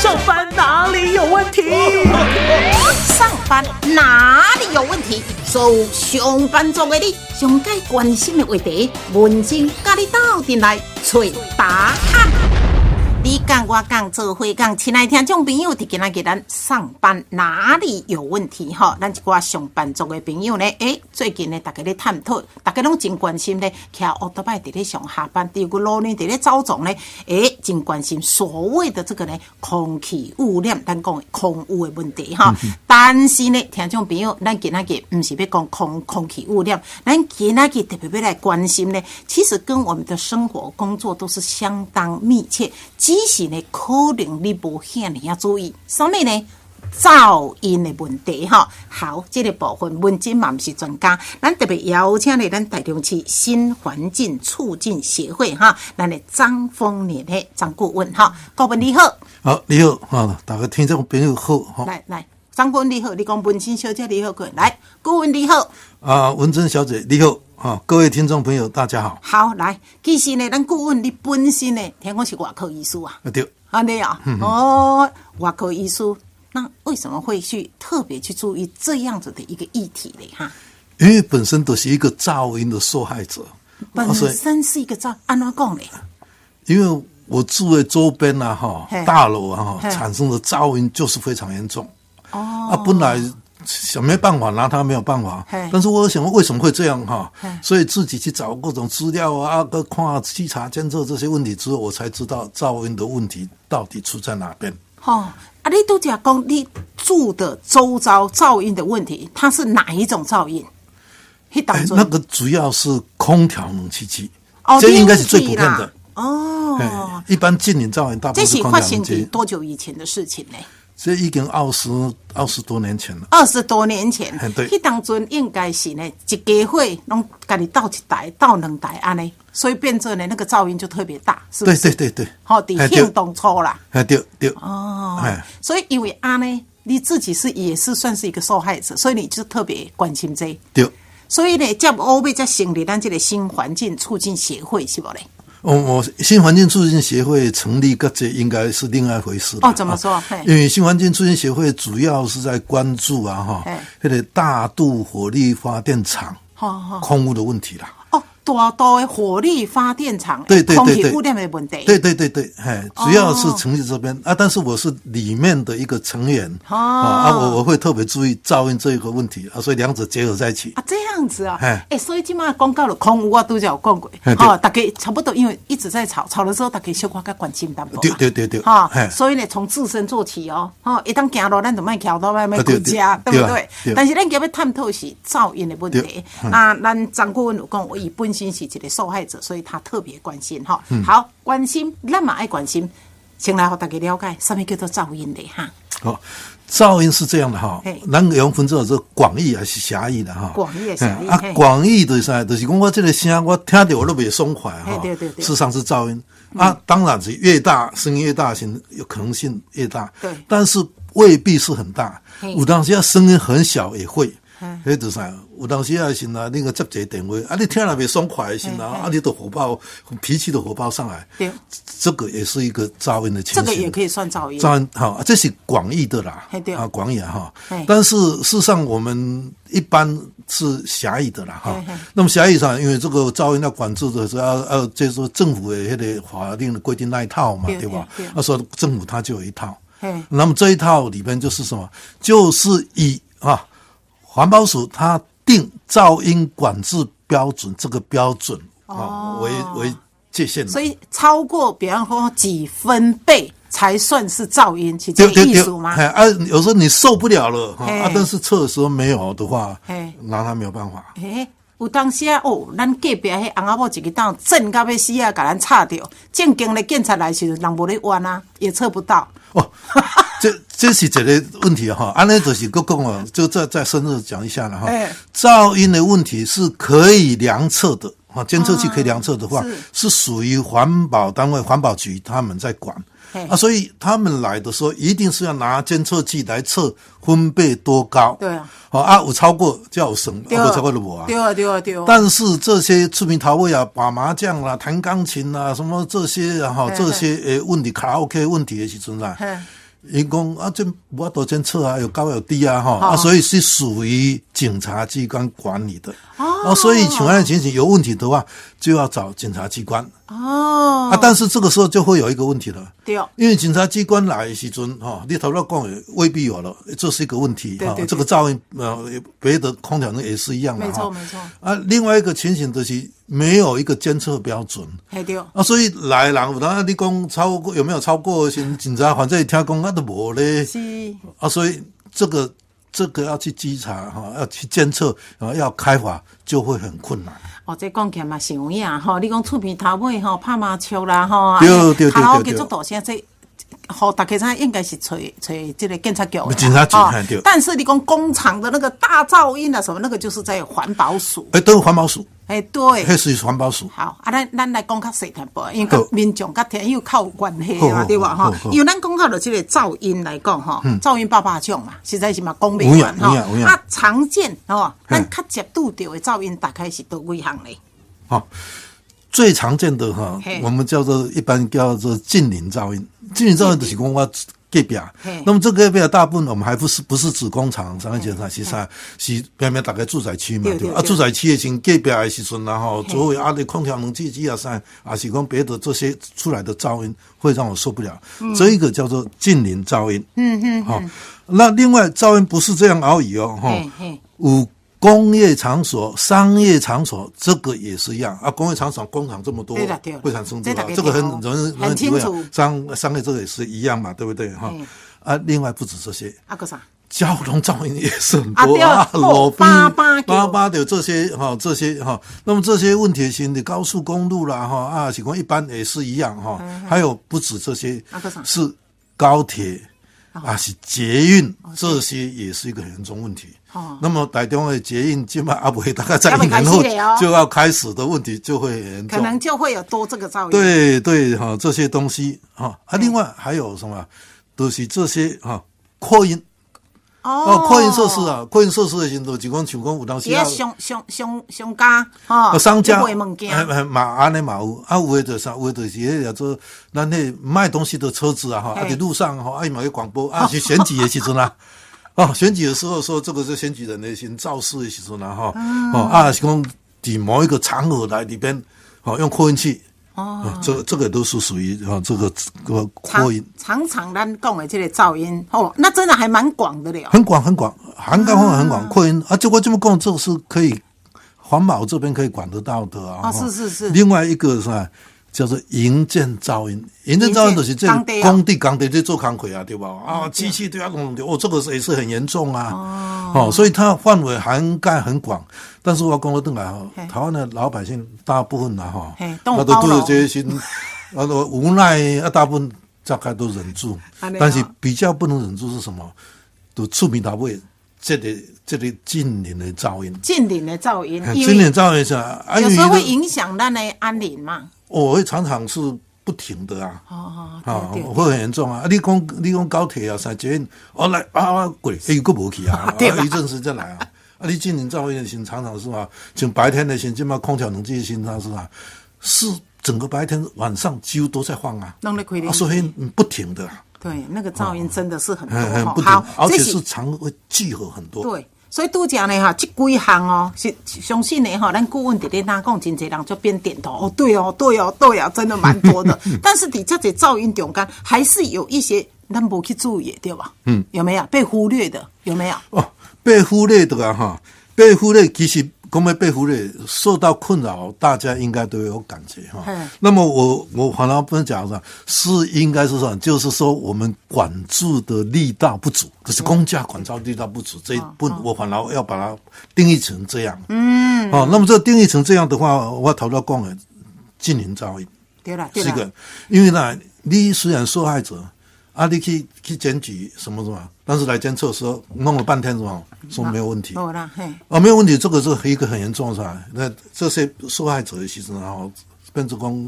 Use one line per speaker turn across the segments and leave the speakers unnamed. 上班哪里有问题？
上班哪里有问题？所有上班族的你，上该关心的话题，文静甲你斗阵来找答案。你讲我讲做伙讲，亲爱听众朋友，伫今仔日咱上班哪里有问题吼？咱一寡上班族的朋友呢，诶、最近呢，大家咧探讨，大家拢真关心咧，骑奥特曼伫咧上下班，伫个路呢伫咧走总呢，诶、真关心所谓的这个呢空气污染，咱讲的空污的问题吼。但是呢，听众朋友，咱今仔日毋是要讲空空气污染，咱今仔日特别要来关心呢，其实跟我们的生活工作都是相当密切，只是呢，可能你无遐尼啊注意，什么呢？噪音的问题吼，好，这个部分文金嘛毋是专家，咱特别邀请咧咱台中市新环境促进协会哈，咱的张丰年嘿张顾问哈，顾问你好，
好，你好啊，大家听众朋友好哈
来来，张顾问你好，你讲文心小姐你好，顾问来，顾问你好。
啊，文珍小姐你好啊，各位听众朋友大家好
好，来，其实呢，咱顾问你本身呢，听讲是外科医师啊，
啊，对，
安尼啊，
嗯
哦，外科医师，那为什么会去特别去注意这样子的一个议题嘞？哈，
因为本身都是一个噪音的受害者，
本
啊所以哦
身是一个照安怎讲嘞？
因为我住在周边啊哈
嘿，
大楼啊
嘿
哈，产生的噪音就是非常严重。哦，啊，本来想没办法拿它没有办法
嘿，
但是我想为什么会这样哈
嘿？
所以自己去找各种资料啊，各看稽查监测这些问题之后，我才知道噪音的问题到底出在哪边。
哦，啊，你都讲讲你住的周遭噪音的问题，它是哪一种噪音？去当
哎，
中、
那个主要是空调冷气机，
哦，
这应该是最普遍
冷气
的
啦。。哦，
哎，一般近邻噪音大部
这
分是
是
空
发
调
生
冷
伫
气，
多久以前的事情嘞？
这已经二十二十多年前了。
二十多年前
嗯， 对
迄当阵应该是呢，一家伙拢家己斗一台、斗两台安尼，所以变做呢那个噪音就特别大，是不
对
是？
对对对，
好，伫
哎
现
对
动粗啦。
哎对对，
哦
哎，
所以因为安尼，你自己是也是算是一个受害者，所以你就特别关心这个
对，
所以呢，接欧美才成立咱这个新环境促进协会，是不嘞？
我我新环境促进协会成立，个这应该是另外一回事了
哦怎么说
啊
嘿
因为新环境促进协会主要是在关注啊哈
嘿，哦
那个大肚火力发电厂
好好
空污的问题啦。
哦，大都的火力发电厂，
对对
空
对
气
对，
污染的问题，
对对对对，哎，主要是成立这边、啊，但是我是里面的一个成员
哦
啊，我我会特别注意噪音这一个问题啊，所以两者结合在一起。
啊，这样子啊，哎
哎、
所以今嘛广告了，空屋我都有讲过
哎，对
哈、大家差不多，因为一直在吵，吵了之后，大家小可较关心淡薄嘛，
对对对对
哈、
哎
所以呢，从自身做起哦，哈、一旦行路，咱就卖桥到外卖回家，
啊对
对
对
不
对
对
啊？对
但是咱今要探讨是噪音的问题
对，嗯
那咱张顾问有讲，我伊本身是一个受害者，所以他特别关心哈、
嗯
好，关心，咱嘛爱关心，先来和大家了解，什么叫做噪音的哈？
好、哦噪音是这样的哈
嘿，
咱用分做是广义还是狭义的哈？
广义还是狭义
嘿啊
嘿，
广义的噻，就是讲我这个声我听着我都袂爽快
嘿
哈。
对对对嗯
事实上是噪音啊，当然是越大声音越大型，有可能性越大。
对
但是未必是很大
嘿，
有当时啊声音很小也会
嗯。
迄就是啥，有当时啊是啊，那个接一个电话，啊你听了袂爽快的时候
嘿
啊，
嘿
啊你的火爆脾气的火爆上来，
对
这个也是一个噪音的情
这
形。
个也可以算噪音，
当然好，这是广义的啦
嘿对，
啊，广义啊
嘿
哈。但是事实上，我们一般是狭义的啦哈
嘿嘿。
那么狭义上，因为这个噪音要管制的是要要就是说政府的那个法令的规定那一套嘛
对，
对吧
对对？
那说政府它就有一套
嘿，
那么这一套里边就是什么？就是以啊环保署它定噪音管制标准这个标准
哦
啊为为界限的。
所以超过，比方说几分贝才算是噪音，是这
对
个
对
意
对
思，吗？
哎啊，有时候你受不了了哈
嘿
啊，但是测的时候没有的话
嘿，
拿他没有办法。
诶、有当时啊，哦，咱隔壁迄翁仔某一个当震到要死啊，甲咱吵着，正经的警察来时，人无咧冤啊，也测不到。
哦， 这这是一个问题哈，安内就是个讲哦，就再再深入讲一下了哈
哎。
噪音的问题是可以量测的啊，监测器可以量测的话
啊是，
是属于环保单位环保局他们在管
嘿
啊，所以他们来的时候一定是要拿监测器来测分贝多高。
对啊，
好啊，有超过就要有省，啊，
啊
无超过就无啊。
对啊，对啊，对啊。
但是这些出名陶位啊，打麻将啦、弹钢琴啦、什么这些啊，哈，
嘿
这些诶问题，卡拉 OK 问题的时阵啦
嘿，
因讲啊，这无法度监测啊，有高有低啊，
哦
哈、啊，所以是属于警察机关管理的。哦、啊，所以请问情形有问题的话，就要找警察机关。
哦，
啊，但是这个时候就会有一个问题了，
对，
因为警察机关来的时阵，哈、你头先讲的未必有了，这是一个问题
对
哈、
对对
这个噪音，呃，别的空调也是一样的
没
哈、
错没错
啊，另外一个情形就是没有一个监测标准。
嘿对，
啊，所以来人有当啊，你讲超过有没有超过警警察，反正听讲啊都无咧。
是，
啊，所以这个这个要去稽查哈、要去监测，然、后要开发就会很困难。
哦，这讲起来嘛是有影吼，你讲厝边头尾吼拍麻将啦吼，
对
啊
对对
卡拉 OK
对对
做大声这。好，大家知影应该是找找这个警察局啦，
警察局
哦
嘿对
但是你讲工厂的那个大噪音啊什么，那个就是在环保署。
哎、都是环保署，
哎，对，
那是环保署。
好，啊，咱咱来讲较细淡薄，因为甲
好
民众甲天有较有关系
好
啊，
好
对吧？
好
吼
好，好嗯
因为咱讲到了这个噪音来讲，吼，噪音爸爸种嘛，实在是嘛讲不
有
完
影
吼
有影有。影
啊，常见吼，
嗯
咱较接触到的噪音大概是多几项咧？
啊，最常见的哈、
嘿
我们叫做一般叫做近邻噪音。近邻噪音就是讲我隔壁
嘿，
那么这个隔壁大部分我们还不是不是指工厂、商业集团，其实啊是偏偏大概住宅区嘛，
对
对吧
对
啊，
对
住宅区的时候隔壁的时阵，然后周围啊的空调、冷气机啊啥，啊是讲别的这些出来的噪音会让我受不了。这一个叫做近邻噪音。嗯嗯。好、那另外噪音不是这样而已哦，哈、
嘿嘿
五工业场所、商业场所，这个也是一样啊。工业场所、工厂这么多
对的对的，
会产生
这
对
大
吧
家？
这个很
听哦
容易容易
很
体会啊
清楚。
商商业这个也是一样嘛，对不对？哈
嗯
啊，另外不止这些，
啊个啥？
交通噪音也是很
啊对
多啊，
哦
路
八八九
八八的这些哈、这些哈、那么这些问题型的高速公路啦哈啊，情况一般也是一样哈、还有不止这些
嗯啊哦不是，
是高铁。啊，是捷运，这些也是一个很严重问题。
哦
那么台中的捷运，今晚阿伟大概在
要不
一
开
年
始
后
了哦
就要开始的问题就会很严
可
重。
能就会有多这个噪音。，
对对哈、这些东西哈啊，另外还有什么？都、是这些哈、扩音。哦，扩音设施。啊，扩音设施的行动，就是讲像讲有当时
也
啊，
商商商商家吼，
啊商家
卖物件，
哎哎嘛安尼嘛有，啊有的就是啥，有的就是迄叫做咱迄卖东西的车子啊，哈，啊
嘿
在路上哈，啊伊嘛有广播，啊去选举的时 阵啊。哦，选举的时候说这个是选举人的行造势的时阵啊，哈，
嗯
哦啊是讲伫某一个场合来里边，哦用扩音器，哦，这个这个都是属于啊这个这个扩
常
音，
常常咱讲的这个噪音，哦，那真的还蛮广的了。
很广很广，涵盖范围很广，扩音啊，结果这么讲，这个是可以环保这边可以管得到的啊。
哦是是是
另外一个是吧，叫做营建噪音，营建噪音就是这
营建工地啊嗯
工地工地在做工轨啊，对吧？啊，机器对啊，弄弄哦，这个是也是很严重啊。哦，所以它范围涵盖很广，但是我要讲个邓来哈
嘿，
哦台湾的老百姓大部分啊哈
嘿，都有
那都
包
都
容
有这 些心，啊都无奈啊，大部分大概都忍住
安尼，啊
但是比较不能忍住是什么？都出名大尾，这个这个近邻的噪音，
近邻的噪音，因为
哎近邻噪音是啊，啊
有时候会
因为哦
影响咱的安宁嘛。
我会常常是不停的啊，
哦
啊
哦，对对，，
会很严重啊。啊你讲你讲高铁啊，啥捷运，哦来啊啊滚，哎又个无去啊
对
啊
吧
一阵时再来啊。啊，你近邻噪音的心常常是啊，像白天的心，今嘛空调冷气的心，它是啊，是整个白天晚上几乎都在放啊，
弄得开
啊
点。
所以嗯不停的、啊。
对，那个噪音真的是很多
很很
哈
哎不停
哦好，，
而
这
且
是
是常会聚合很多。
对。所以拄讲呢哈，这几项哦，是相信呢哈，咱顾问伫咧哪讲，真侪人就边点头哦，对哦，对哦，对哦，真的蛮多 的。但是底这些噪音中间，还是有一些咱无去注意的，对吧？嗯，有没有被忽略的？有没有？
哦，被忽略的啊哈，被忽略其实讲要被忽略，受到困扰，大家应该都有感觉哈
嗯。
那么我我反而不能讲说，是应该是说，就是说我们管住的力道不足，可是公价管住力道不足，这一部分我反而要把它定义成这样。嗯，哦，那么这定义成这样的话，我头到讲的近邻噪音。
对啦，对
是一
啦，
个，因为呢，你虽然受害者，啊，你去去检举什么什么，但是来监测的时候弄了半天什么，说没有问题，
有啦，嘿，
啊，没有问题，这个是一个很严重的噻。那这些受害者其实然后变成讲，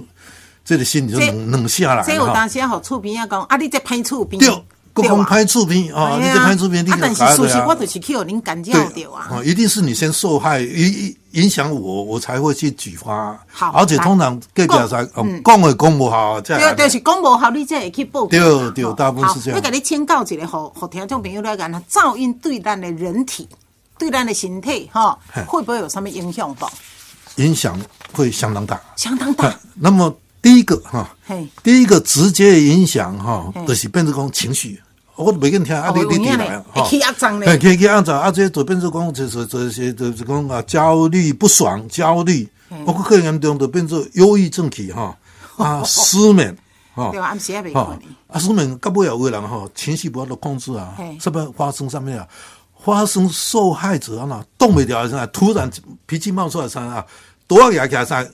这个心里就
这
冷冷下来
所以有
了
当
哈。
啊时吼厝边啊讲，啊你这歹厝边，
对，国光拍触屏啊，你这拍触屏，你
啊，
给
但是
卡哦
事
的
实
呀
我。就是去互恁干扰
对
着啊。
一定是你先受害，影影响我，我才会去举发。
好
而且通常代表
讲嗯
才讲的讲不好，这
对，就是讲无效，你才会去报警嘛。
对对
吼
大部分是这样
好要给你请教一个，好，好听众朋友来讲呢，噪音对咱的人体、对咱的身体，哈，
嘿
会不会有什么影响？不，
影响会相当大。
相当大。
那么第一个哈
嘿，
第一个直接的影响哈
嘿，
就是变成讲情绪。我袂跟你听，啊
哦
你
有
你
影
对
呢
来啊
会起压胀呢
嘿去去压胀啊，这就变成讲就是就是就是讲啊焦虑不爽、焦虑，包括更严重就变成忧郁症去哈啊失眠哈
对吧？暗时也袂
哈
困呢。
啊失眠，到尾有个人哈情绪不得控制啊
嘿，
是不是发生上面啊？发生受害者啊，那动不了啊，突然脾气冒出来啥啊，多牙牙啥，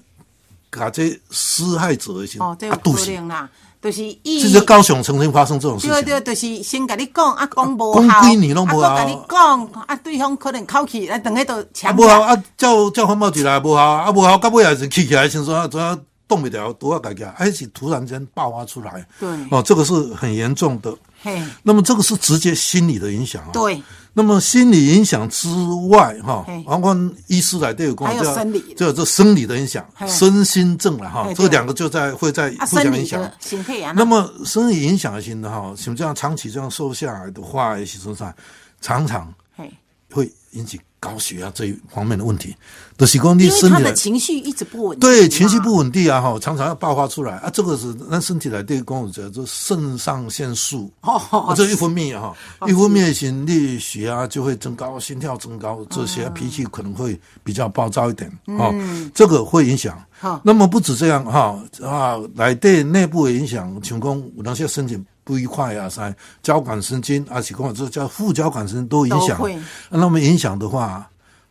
把这施害者的心
哦，这有
啊堵
可
死。
能啦，就是
这
伊。
是高雄曾经发生这种事
对
情。
对，就是先甲你讲，啊讲无
讲
效，
几年拢无效
啊甲你讲，啊对方可能口气，啊等下就
啊，
强
无效啊，叫叫环保局来无效啊，无效，到尾也是气起来，先说怎样动不了，多啊改改，还是突然间爆发出来。
对
哦，这个是很严重的。
嘿，
那么这个是直接心理的影响啊。
对。
那么心理影响之外，哈
嘿，
包括医师来都有讲，
还有
这
生理的
这这生理的影响，
嘿
身心症了哈
嘿，
这
对
两个就在会在
啊
互
生
相影
理
响
的。身体啊，
那么生理影响型的哈，像这样长期这样瘦下来的话，其实上常常
嘿
会引起高血压这一方面的问题。就是讲你
因为
身
他
体
的
来
情绪一直不稳定嘛，
对情绪不稳定啊，哈，常常要爆发出来啊，这个是咱身体来对讲有者这肾上腺素，
哦
啊这一分泌啊哈，一分泌型你血压啊就会增高，心跳增高，这些
嗯
脾气可能会比较暴躁一点啊，这个会影响
好。
那么不止这样哈啊，来对内部的影响，像讲有那些身体不愉快啊，啥交感神经啊，是讲这叫副交感神经都影响
都会。
啊那么影响的话，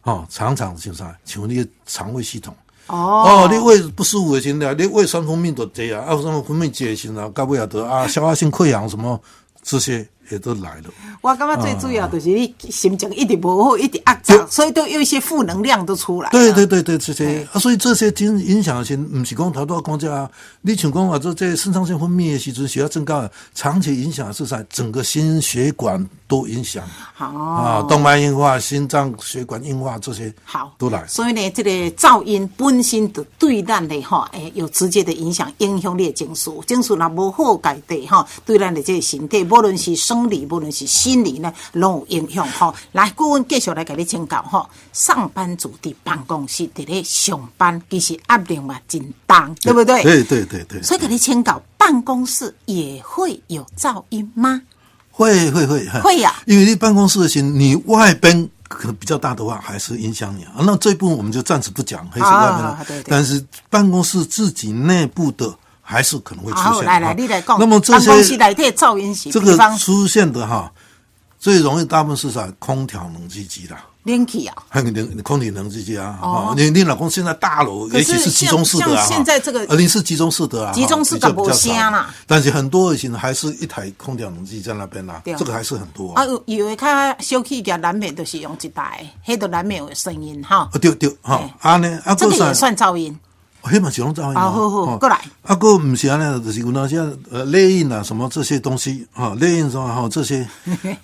哦，常常就是啥，像你的肠胃系统。
哦
哦，你胃不舒服的时候，你胃酸分泌都这样，啊，什么分泌结型啊，搞不了得啊，消化性溃疡什么这些也都来了。
我感觉最主
啊
要就是你心情一直不好，一直压榨，所以都有一些负能量都出来了。
对对对对，这些
嘿
啊，所以这些经影响型，不是讲头多讲这啊，你像讲啊，这这肾上腺分泌的时候，血压增高，长期影响是在整个心血管都影响啊，
好，
动脉硬化、心脏血管硬化这些
好，
都来。
所以呢，这个噪音本身就对咱的吼，诶、有直接的影响，影响你的情绪，情绪若无好改地吼，对咱的这个身体，无论是生理，无论是心理呢，拢有影响吼。来，顾问继续来给你请教吼，上班族伫办公室伫咧上班，其实压力嘛真重，对不对？
对对对对，
所以给你请教，办公室也会有噪音吗？
会会会
会呀
因为你办公室的型，你外边可能比较大的话，还是影响你啊。那这一部分我们就暂时不讲，还是外面的、
啊对对
但是办公室自己内部的还是可能会出现。
好，来来，
啊
你来讲。
那么这
办公室
些
内底的噪音是，
这
比
个
方
出现的哈，最容易大部分是啥？空调、冷气机啦。
冷气啊。
还有冷空气冷气机啊，哦，你你老公现在大楼，
可
也
是
许是集中式的啊，
像像现在这个
呃，你是集中式的啊，
集中式的
比较比较少
没声啦，
但是很多型还是一台空调冷气在那边啦
对，
这个还是很多
啊，有有的较小企业难免都是用一台，迄都难免有声音哈。
啊，对对，哈，安尼啊，
这个
还有啥哦
也算噪音，
迄嘛是拢噪音
啊好好
吼
过来
啊，个毋是安尼，就是有那些呃内应啊，什么这些东西吼，内应什么吼 这些。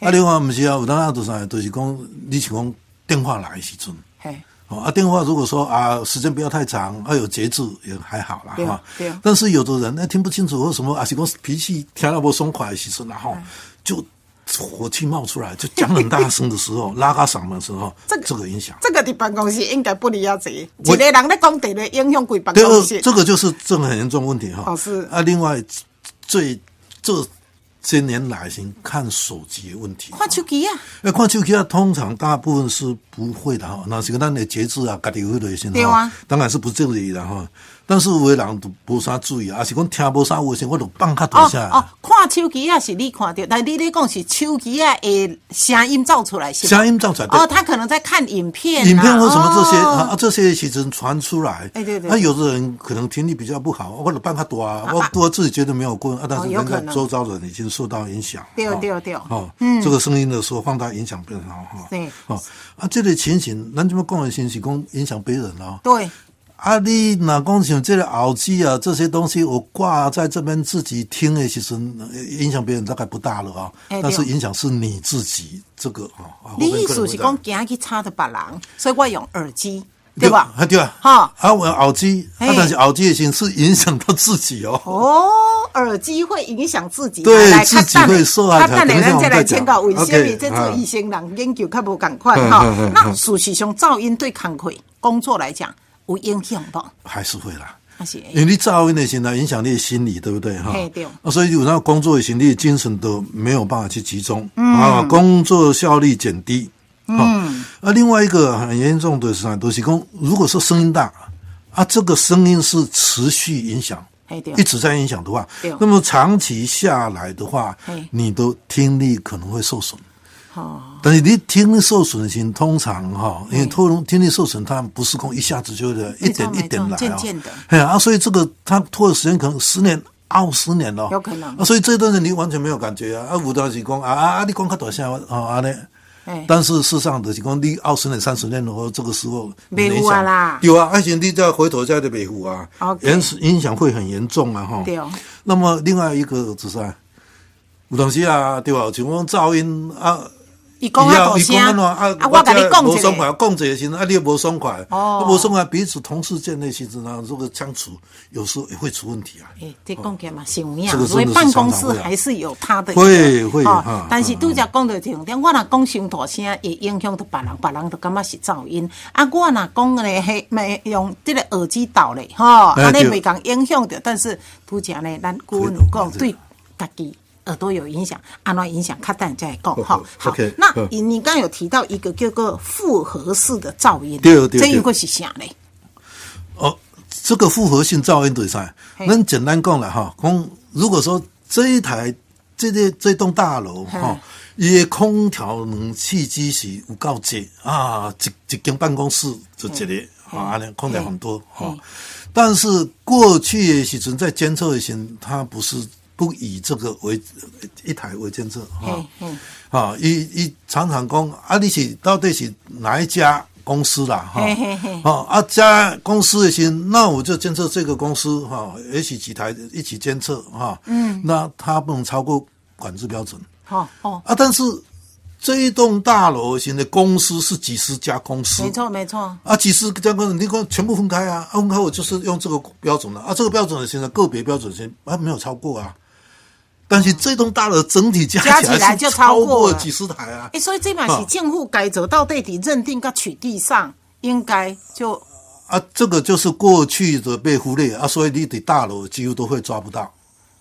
啊，另外毋是啊，有当啊，就是啥，就是讲，你是讲电话来的时阵，
嘿，
哦啊，电话如果说啊时间不要太长，啊有节制也还好啦
对啊
哈
对。
但是有的人呢听不清楚或什么，啊是讲脾气听了不松快的时阵，然后
嗯
就火气冒出来，就讲很大声的 时候，拉嘎嗓门的时候
这个，
这个影响。
这个伫办公室应该不离啊济，一
我
个人咧讲地咧影响规办
第
公
二
室，。
这个就是这个很严重问题哈。
哦是
啊，另外最这些年来行看手机的问题。
看手机啊，
那看手机啊，通常大部分是不会的哈，那是跟咱的节制啊，家己有类型
对啊
当然是不正义的哈。但是有的人都无啥注意啊，还是讲听无啥话先，我都放较
哦
大声。
哦，看手机啊是你看到，但你咧讲是手机啊的声音造出来是吗
声音造出来对
哦，他可能在看影片啊，
影片或什么这些、
哦
啊，这些其实传出来，
哎对对
那、有的人可能听力比较不好，或者办法多啊，我我自己觉得没有过啊，但
哦
是
有
人
可
家
能
周遭人已经受到影响，
对
哦
对对
哦，这个声音的时候放大影响别人哦，哈
对
哦啊，这类情形，咱怎么讲的情形是讲影响别人哦，
对，
啊，你哪讲像这个耳机啊，这些东西我挂在这边自己听的，其实呃影响别人大概不大了啊。
哎对
但是影响是你自己这个啊。啊
你
我
意
跟个人
思
会
是
这样
讲惊去吵到别人，所以我用耳机，对吧？
啊，对啊。
哈哎
啊，我耳机，啊
嘿，
但是耳机的形式影响到自己哦。
哦，耳机会影响自己，
对
来
自己
较等
会受害
较等
等
下
一下
咱再
我们
来
再
请
讲
教为什么
OK，
这做
啊
医生人研究较无共款
嗯
哈
嗯嗯？
那事实上，噪音对工课工作来讲有影响不？
还是会啦。
还是会
因为你噪音的心呢，影响你的心理，对不对哈
嘿对？
啊，所以有时候工作的心理精神都没有办法去集中，
嗯
啊，工作效率减低。嗯，啊，另外一个很严重的是啥？都是讲，如果说声音大，啊，这个声音是持续影响
嘿对，
一直在影响的话
对，
那么长期下来的话
嘿，
你的听力可能会受损。
哦，
但是你听力受损型通常哈，因为突听力受损，它不是说一下子就
嗯
的，一点一点来
没错
啊
渐渐的。
哎呀啊，所以这个它拖的时间可能十年、二十年哦，
有可能
啊，所以这段时间你完全没有感觉啊，啊，有当时讲啊啊啊，你讲较大声啊啊呢
哎。
但是事实上就是讲，你二十年、三十年后，这个时候
没有啊
影响
啦
对啊，而且你再回头再的维护啊，
OK
影影响会很严重啊哈。
对哦
那么另外一个就是啊，有当时啊，对吧？像讲噪音啊。
伊讲啊大
你
声，
讲安
啊
怎啊，
我甲你讲
无
一
爽快，
个，
讲一个时阵，啊，你也无爽快，
哦
啊无爽快，彼此同事间内其实呢，这个相处有时候也会出问题啊。
哎，这讲起来嘛是有影
哦这，个
所以
真的
办
是
公
常
室
常会啊
还是有它的
会会
哦
哈
但是拄则讲到重点，我若讲伤大声，会影响到别人，别人就感觉是噪音。啊，我若讲咧，嘿，咪用这个耳机导咧，吼，
哎
安尼
对
袂共影响着。但是拄则呢，咱顾问有讲对家己。耳朵有影响，安怎影响？较等再来讲哈。好
哦 OK，，
那
嗯
你你刚有提到一个叫做复合式的噪音，
对
这
对对
又个是啥嘞？
哦，这个复合性噪音对噻，
嘿
咱简单讲了哈，讲如果说这一台这个这栋大楼哈
嗯，
伊的空调冷气机是有够济啊，一一间办公室就一个啊，安尼空调很多哈。但是过去的时阵在监测的时候，它不是不以这个为一台为监测哈。
嘿嘿，
啊，伊伊常常讲啊，你是到底是哪一家公司啦？哈、
嘿嘿嘿
哦啊，家公司的心，那我就监测这个公司哈、也许几台一起监测哈，嗯，那它不能超过管制标准
好哦，
啊。但是这一栋大楼型的公司是几十家公司，
没错没错。
啊，几十个家公司，你给我全部分开啊，啊分开我就是用这个标准了啊，这个标准的现在个别标准现在啊没有超过啊，但是这栋大楼整体加
加
起
起来
是
就超
超
过
过
了
几十台啊
哎、，所以这嘛是
啊
政府该做到底底认定跟取缔上，应该就
啊，这个就是过去的被忽略啊，所以你的大楼几乎都会抓不到。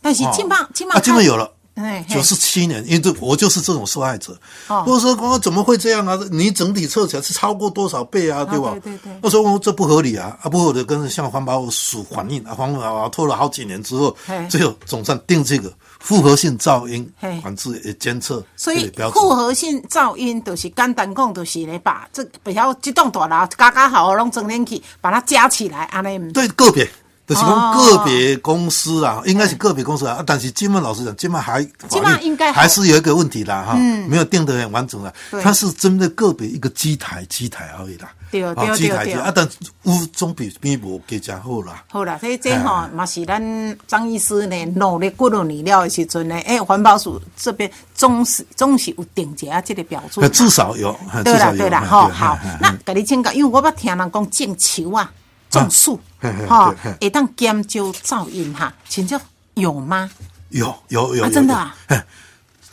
但是
哦
金棒金棒
啊，基本有了。
哎嘿
九十七年，因为这我就是这种受害者。
哦
如果说刚刚怎么会这样啊？你整体测起来是超过多少倍啊？对吧？
对对对
那时候我这不合理啊！啊，不合理，跟向环保署反映啊，环保啊拖了好几年之后
嘿，
最后总算定这个复合性噪音
嘿
管制也监测
所
这
以
个标准
复合性噪音就是简单讲，就是咧把这比较这栋大楼家家好好拢装进去，把它加起来，安尼
对个别。就是
哦
讲个别公司啦，应该是个别公司啦。啊但是金门老师讲，金门还
金门
法律
应该还嗯
还是有一个问题啦，哈，没有定得很完整啦
对。
它是针对个别一个机台机台而已啦，
对
啊
对对
机台
对
机啊，但有总比比无加加好啦。
好啦，所以这吼
哎
嘛是咱张医师呢努力过了年了的时阵呢，哎、环保署这边总是总是有定一下这个标准
呃
嘛。
至少有，呃
对
至
啦
少有
对啦，
呃
吼
对
好
呃，
那甲你请教，因为我捌听人讲种树啊、种树
嘿嘿，
吼
对嘿啊
会当减少噪音哈，请教有吗？
有有有
啊
有
真的啊！
有哎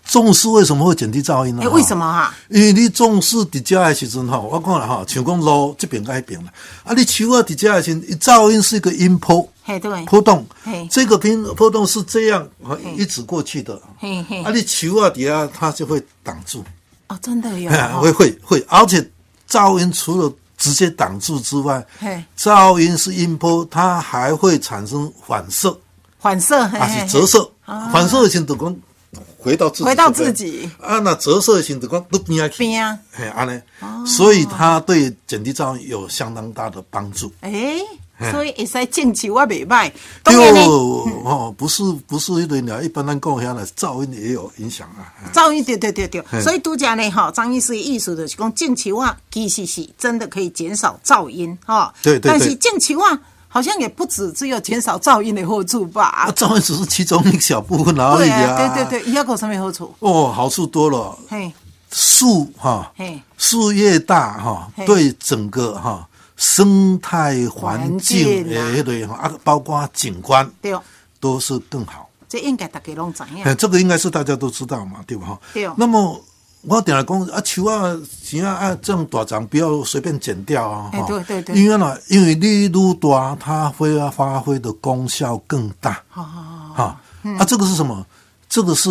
重视为什么会减低噪音呢？
哎，为什么哈？
因为你总是伫遮的时阵吼，我讲了吼，像讲路这边甲迄边啦，啊，你树啊伫遮的时阵，它噪音是一个音波，
嘿对
波动
嘿，
这个频波动是这样啊一直过去的，
嘿嘿
啊，你树啊底下它就会挡住，
哦，真的有
嘿
哦
会会会，而且噪音除了直接挡住之外
嘿，
噪音是音波，它还会产生反射，
反射，嘿
啊
嘿
是
嘿
折射，反射性的光回到自己，
回到
对不对
自己
啊，那折射性的光都边啊去
边啊，哦
嘿，安尼，所以它对减低噪音有相当大的帮助。
哎，所以会使种树啊，袂歹。当
对
然呢，
哦，不是不是迄类了，一般咱讲遐了，噪音也有影响啊。
噪音对对对对，
嗯
所以拄则呢吼，张医师的意思就是讲，种树啊，其实是真的可以减少噪音哈。
对对
但
对
是种树啊，好像也不止只有减少噪音的好处吧
啊，？噪音只是其中一小部分而
对
已
啊，
啊。
对对对，也有什么好处？
哦，好处多了，
嘿，
树哈
嘿，
树越大哈
嘿，
对整个哈生态环境
环境啊
诶，对啊，包括景观
对哦，
都是更好。
这应该大家拢知影。
哎，这个应该是大家都知道嘛，对吧？哈。
对哦
那么我点来讲啊，树啊，树啊，啊，这样大长不要随便剪掉啊。
哎
哈
对对对
因为呢，因为你愈大，它会要发挥的功效更大。哈
嗯
啊，这个是什么？这个是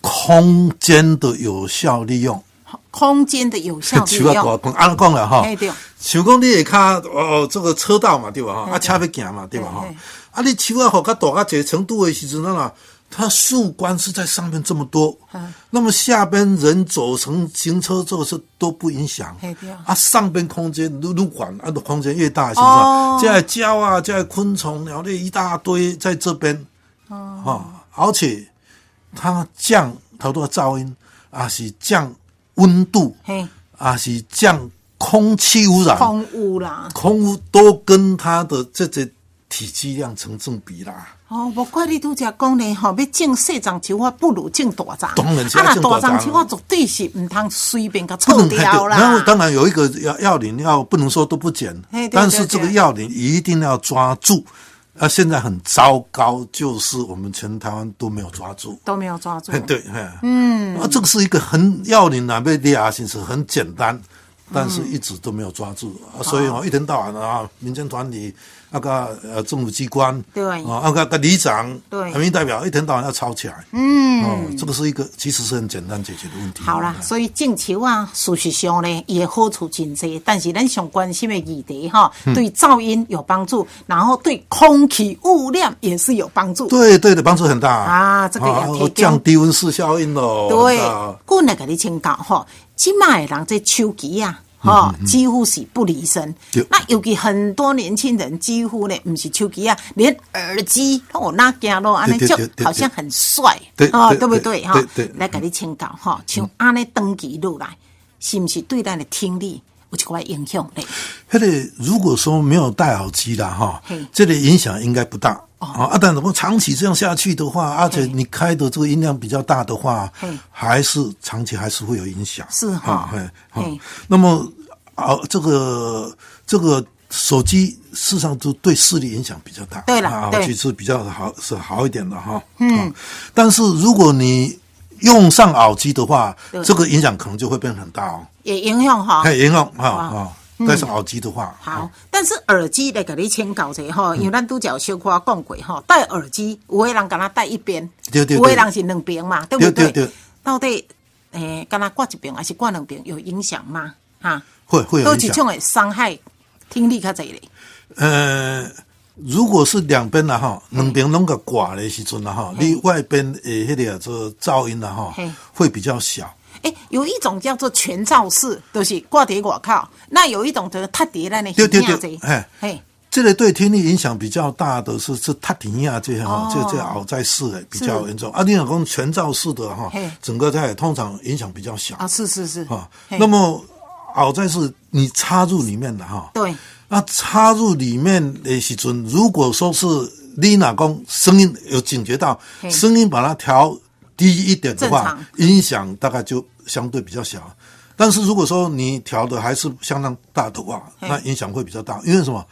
空间的有效利用。
空间的有 效利
树啊，
用
大，讲安讲了哈
哎对哦。
像讲你会卡哦，这个车道嘛，对吧？哈，啊，车要行嘛，对吧？哈
嘿嘿，
啊，你树啊，好较大到一个程度的时阵，那啊啦，它树冠是在上面这么多，
嗯
那么下边人走成行车这个是都不影响
嘿对哦。
啊，上边空间路路管啊，空间越大，是不是
哦
啊？这些鸟啊，这些昆虫鸟类一大堆在这边，哦，而且它降头多噪音啊，是降温度。
嘿，
啊，是降空气污染，
空屋啦。
空污都跟它的这这体积量成正比啦。
哦，无怪你拄则讲呢，吼、要种细丛树，我不如种大丛。
当然是要
啊，
种
若
大
大
丛
丛树，我绝对是唔通随便甲
不
错
能太
掉
对，然后
啦。
当然有一个要要领要不能说都不减
嘿对，
但是这
对
个
对
要领一定要抓住。啊，现在很糟糕，就是我们全台湾都没有抓住。
都没有抓住
嘿。 对，嘿嗯，啊，这个是一个很要领南贝利亚形式，啊很简单，但是一直都没有抓住，
嗯
啊、所以哦，一天到晚啊，民间团体那个呃政府机关，
对
啊，那个个里长，
对
人民代表一天到晚要吵起来，嗯，哦，这个是一个其实是很简单解决的问题。
好啦，
嗯
所以种树啊，事实上呢，伊的好处真多，但是咱上关心的议题哈，
嗯
对噪音有帮助，然后对空气污染也是有帮助。
对对的，帮助很大
啊这个也
啊
提供
降低温室效应哦，
对
啊，
我来甲你请教吼，即卖的人这手机啊，吼，
嗯
几乎是不离身
对。
那尤其很多年轻人，几乎呢，唔是手机啊，连耳机我那行路安尼
对
就
对对对
好像很帅
对，
哦，
对
对不
对
对
对
哈
对对？嗯
来甲你请教吼，像安尼长期落来，是不是对咱的听力有一寡影响呢？
迄个如果说没有戴耳机啦，哈
嘿，哦
这个影响应该不大。啊，啊但如果长期这样下去的话，而且你开的这个音量比较大的话
嘿，
还是长期还是会有影响。
是哈
啊嘿
嘿
啊那么啊，这个这个手机事实上都对视力影响比较大。
对啦
啊
对
其实比较好是好一点的哈。嗯，但是如果你用上耳机的话
对，
这个影响可能就会变很大哦。
也影响哈。
太严了啊啊！戴上耳机的话，
嗯
啊
好，但是耳机来给你请教者吼，
嗯
因为咱拄则有小可讲过吼，戴耳机有的人敢若戴一边，
对对对
有的人是两边嘛，对不
对对对
到底诶，敢若挂一边还是挂两边有影响吗？哈，
会会有
都
影
一
响。
种会伤害听力较侪咧。
呃，如果是两边啦哈，
嗯
两边拢个挂的时阵啦哈，你外边诶迄个这噪音啦哈
嘿，
会比较小。
诶，有一种叫做全罩式，就是挂伫外口；那有一种就是贴伫咱的
对
耳
对
朵
对
这
嘿
嘿，
这个对听力影响比较大的是是塔迪亚这些哈
哦，
这这耳在室诶比较严重。啊，你讲讲全罩式的哈
嘿，
整个在通常影响比较小
啊，是是是
啊。
嘿
那么耳在是你插入里面的哈，
对
那插入里面的时阵，如果说是你哪讲声音有警觉到
嘿，
声音把它调低一点的
正
话
常，
音响大概就相对比较小。但是如果说你调的还是相当大的话，
嘿
那影响会比较大，因为什么？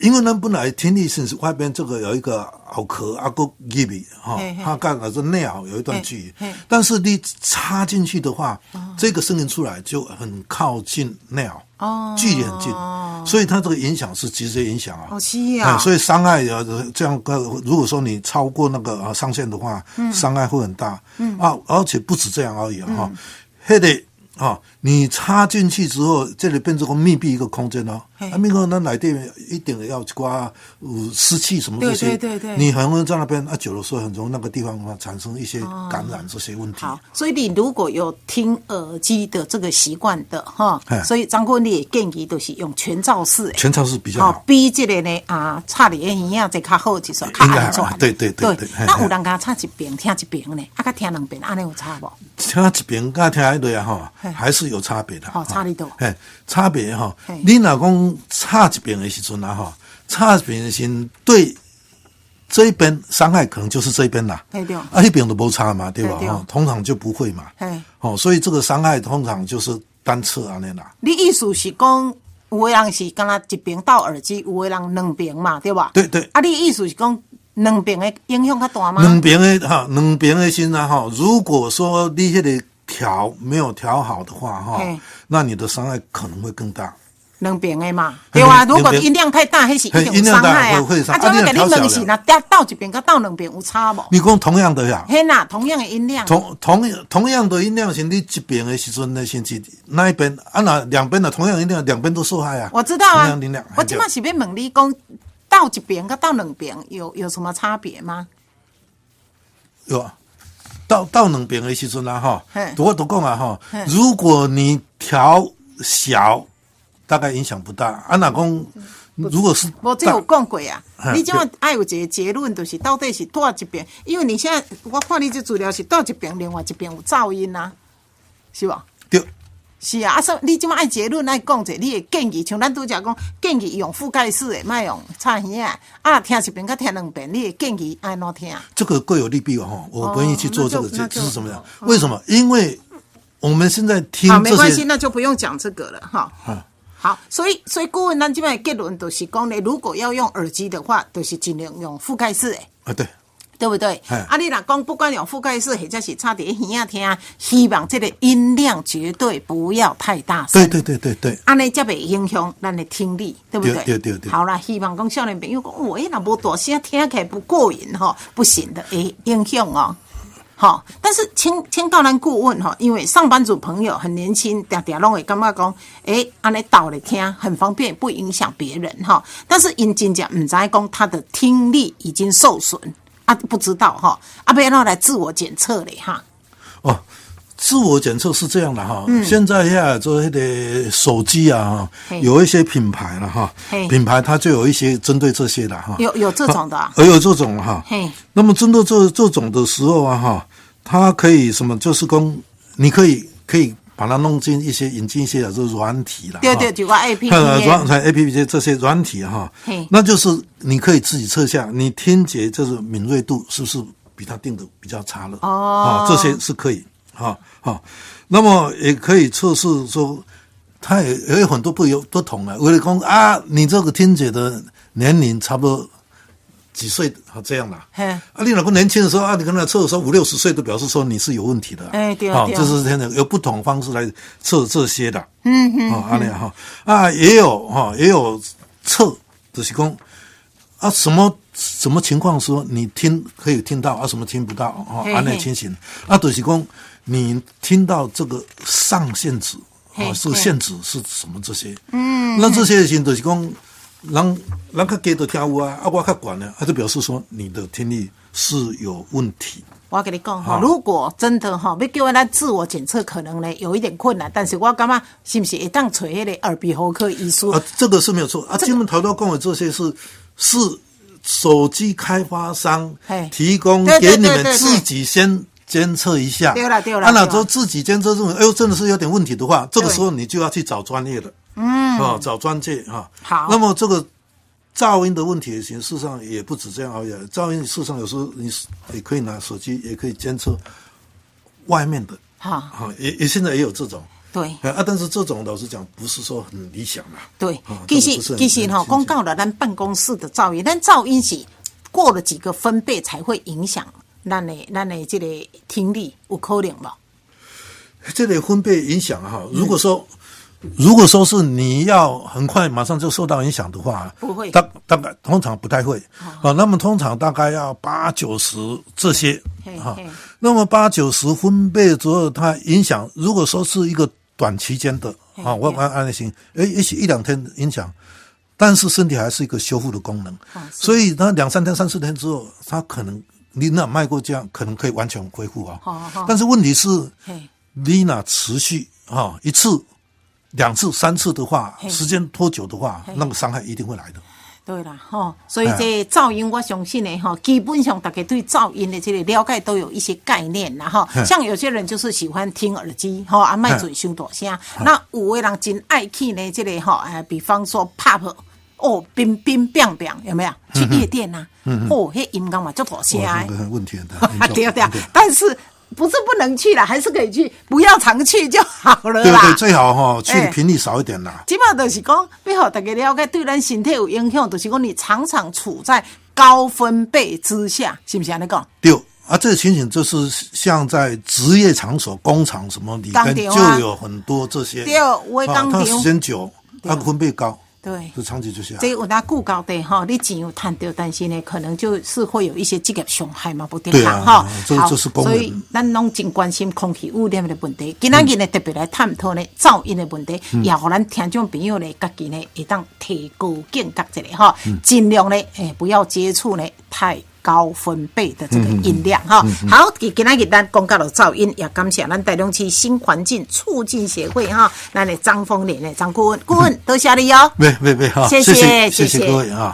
因为咱本来听力是外边这个有一个螯壳啊，个耳鼻哈
嘿嘿，
它刚好是内螯有一段距离
嘿嘿，
但是你插进去的话，这个声音出来就很靠近内螯，
哦
距离很近，所以它这个影响是直接影响啊。
哦是哦啊
哎所以伤害呃这样个，如果说你超过那个啊上限的话，伤害会很大。嗯啊，而且不止这样而已啊
嗯
哈，还得啊，你插进去之后，这里变成个密闭一个空间哦。
嘿
啊，民国咱内地一定要去刮有湿气什么这些，
对对对对
你很容易在那边啊，久了时候很容易那个地方嘛产生一些感染这些问题。
哦好，所以你如果有听耳机的这个习惯的哈
嘿，
所以张哥你也建议都是用全罩式的，
全套是比较
哦
好，，
比这个呢啊，插伫耳耳啊，这较好就是较
应该
安
啊
全。
对对对
对
对，嘿
那
嘿
有人甲插一边，听一边呢，啊，甲听两边，安尼有差无？
听一边跟听一类啊哈
嘿，
还是有差别的。
哦差在哪
嘿，差别哈
嘿，
你若讲差一边的时阵啊哈，差一边的时候对这一边伤害可能就是这一边啦，
嘿对
啊那边都不差嘛，对吧？
嘿对
哈，通常就不会嘛
嘿，
哦，所以这个伤害通常就是单侧安尼啦。
你意思是讲，有的人是敢若一边戴耳机，有的人两边嘛，对吧？
对对
啊，你意思是讲两边的影响较大吗？
两边的哈，两边的心啊哈，如果说你迄个调没有调好的话
嘿
哈，那你的伤害可能会更大。
两边的嘛，对啊。
两
如
边
果音量太大，迄是一定有伤害啊
嘿音量大会会。伤
啊，就我
啊
给你
你若
问
调
是，
小
那倒倒一边甲倒两边有差无？
你讲同样的呀，
嘿啦，同样的音量，
同同同样的音量是你这边的时阵呢，先去那一边啊，那两边的同样音量，两边都受害啊。
我知道
同
啊
样音量。，
我今嘛是要问你讲，倒一边跟倒两边有有什么差别吗？
有啊到到两边的时阵啊哈
嘿，
我都讲啊哈
嘿，
如果你调小，大概影响不大。啊，那讲如果是
我这
大
有讲过啊，
嗯
你即马爱有一个结论，就是到底是倒一边，因为你现在我看你这资料是倒一边，另外一边有噪音啊，是吧？
对
是啊，啊说你即马爱结论爱讲者，啊你的建议像咱拄则讲，建议用覆盖式的，莫用插耳啊，啊听一遍甲听两遍，你的建议安怎听？
这个各有利弊哈，我不愿意去做这个，
哦
这
那就
这
那就是
怎么样？为什么？因为我们现在听
好，没
这
关系，
些
那就不用讲这个了哈。
啊，
好，所以所以顾问咱这边的结论就是讲呢，如果要用耳机的话，就是尽量用覆盖式的，
啊对。
对不对？
嘿
啊，你若讲不管用覆盖式或者是插伫耳啊听，希望这个音量绝对不要太大声。
对对对对对，
安尼才袂影响咱的听力，对不对？
对对对对
好啦，希望讲少年朋友讲，哦，哎，若无大声听起来不过瘾吼、不行的，会影响哦。吼、但是请请教咱顾问吼、因为上班族朋友很年轻，常常拢会感觉讲，诶，安尼倒来听很方便，不影响别人吼、但是因真正毋知讲他的听力已经受损啊，不知道吼、啊，要安怎来自我检测嘞哈？
哦，自我检测是这样的哈，现在呀，做那个手机啊，哈
嗯嘿
有一些品牌了哈
嘿，
品牌它就有一些针对这些的哈，
有有这种的 啊
呃，有这种的哈
嘿，
那么针对这这种的时候啊哈，它可以什么，就是跟你可以可以把它弄进一些引进一些啊，就是软体了，
对
哈
对，就个 A P
看
P
软软 A P P 这些软体哈
嘿，
那就是你可以自己测一下，你听觉就是敏锐度是不是比他定的比较差了？
哦
啊，这些是可以啊啊，那么也可以测试说，它也也有很多不有不同的，为了讲啊，你这个听觉的年龄差不多几岁啊这样啦。
嘿
啊，你老公年轻的时候啊，你跟他测的时候五六十岁都表示说你是有问题的。
哎对啊
好
对啊
这是真的有不同方式来测这些的。嗯嗯，啊，安尼哈啊，也有哈，也有测，就是讲啊，什么什么情况说你听可以听到啊，什么听不到啊
嘿，
安内
嘿
情形啊，就是讲你听到这个上限值
嘿
啊，这个
嘿
限制是什么这些？嗯，那这些情就是讲，人人较低的听有啊，啊我较管呢，啊就表示说你的听力是有问题。
我跟你讲哈
好，
如果真的哈，要叫我来自我检测，可能呢有一点困难，但是我感觉是不是会当找迄个耳鼻喉科医师？
啊，这个是没有错啊。金门头头跟我这些是是手机开发商
嘿
提供
对对
给你
对
们
对对
自己先监测一下。
对啦对啦
啊，
对啦
那说自己监测认为，哎呦，真的是有点问题的话，这个
对
时候你就要去找专业的，嗯，啊，找专界哈。
好
那么这个。噪音的问题，形式上也不止这样而已。噪音事实上有时候你是也可以拿手机，也可以监测外面的，
哈，
啊，也也现在也有这种。
对
啊，但是这种老实讲，不是说很理想啦。
对
啊，
其
这个不是
实
很
其实哈，
很
讲到了咱办公室的噪音，咱噪音是过了几个分贝才会影响咱的咱的这个听力，有可能无？
这类分贝影响哈、
嗯
如果说、如果说是你要很快马上就受到影响的话，
不会哦
大大概通常不太会啊、那么通常大概要八九十这些
嘿
啊
嘿，
那么八九十分贝左右，它影响如果说是一个短期间的啊，我按按行，诶，也许一两天影响，但是身体还是一个修复的功能，
哦
所以呢，两三天、三四天之后，它可能你那迈过这样，可能可以完全恢复啊。
好好
但是问题是
嘿，
你那持续啊一次、两次、三次的话，
嘿
时间拖久的话，那个伤害一定会来的。
对啦，吼、所
哎
以这噪音，我相信呢，吼，基本上大家对噪音的这个了解都有一些概念啦，哈
嗯。
像有些人就是喜欢听耳机，吼，啊，麦准伤大声。那有的人真爱去呢，这个吼，哎，比方说 pop，哦，冰冰冰冰，有
嗯
没有？去夜店呐、哦，那音乐嘛就大声的。
哇这哦个问题很嗯大
啊， 对对，但是不是不能去了，还是可以去，不要常去就好了
对
啦。
对，最好哈，去
哎
的频率少一点啦。
即码就是讲，要互大家了解，对咱身体有影响，就是讲你常常处在高分贝之下，是不是安尼讲？
对，啊，这个情形就是像在职业场所、工厂什么里
工
边
厂啊
就有很多这些。
对我的
啊
工
它
厂
时间久，它分贝高，
对
就长期就下来。
这有哪顾高的吼，你钱有赚到，但是呢，可能就是会有一些职业伤害嘛，不定
对
啦
啊
吼。
这
好
这是公
所
认
以咱拢真关心空气污染的问题。今仔日呢，特别来探讨呢噪音的问题，
嗯
也互咱听众朋友呢，家己呢会当提高警觉一下吼，
嗯
尽量呢，诶，不要接触呢太。高分贝的这个音量
嗯
哈，好，今今仔日咱讲到了噪音，也感谢咱台中市新环境促进协会哈，咱的张丰年的张顾问，顾问多谢你哦。
嗯没没没哈，
谢
谢
谢谢
谢
谢
各位啊。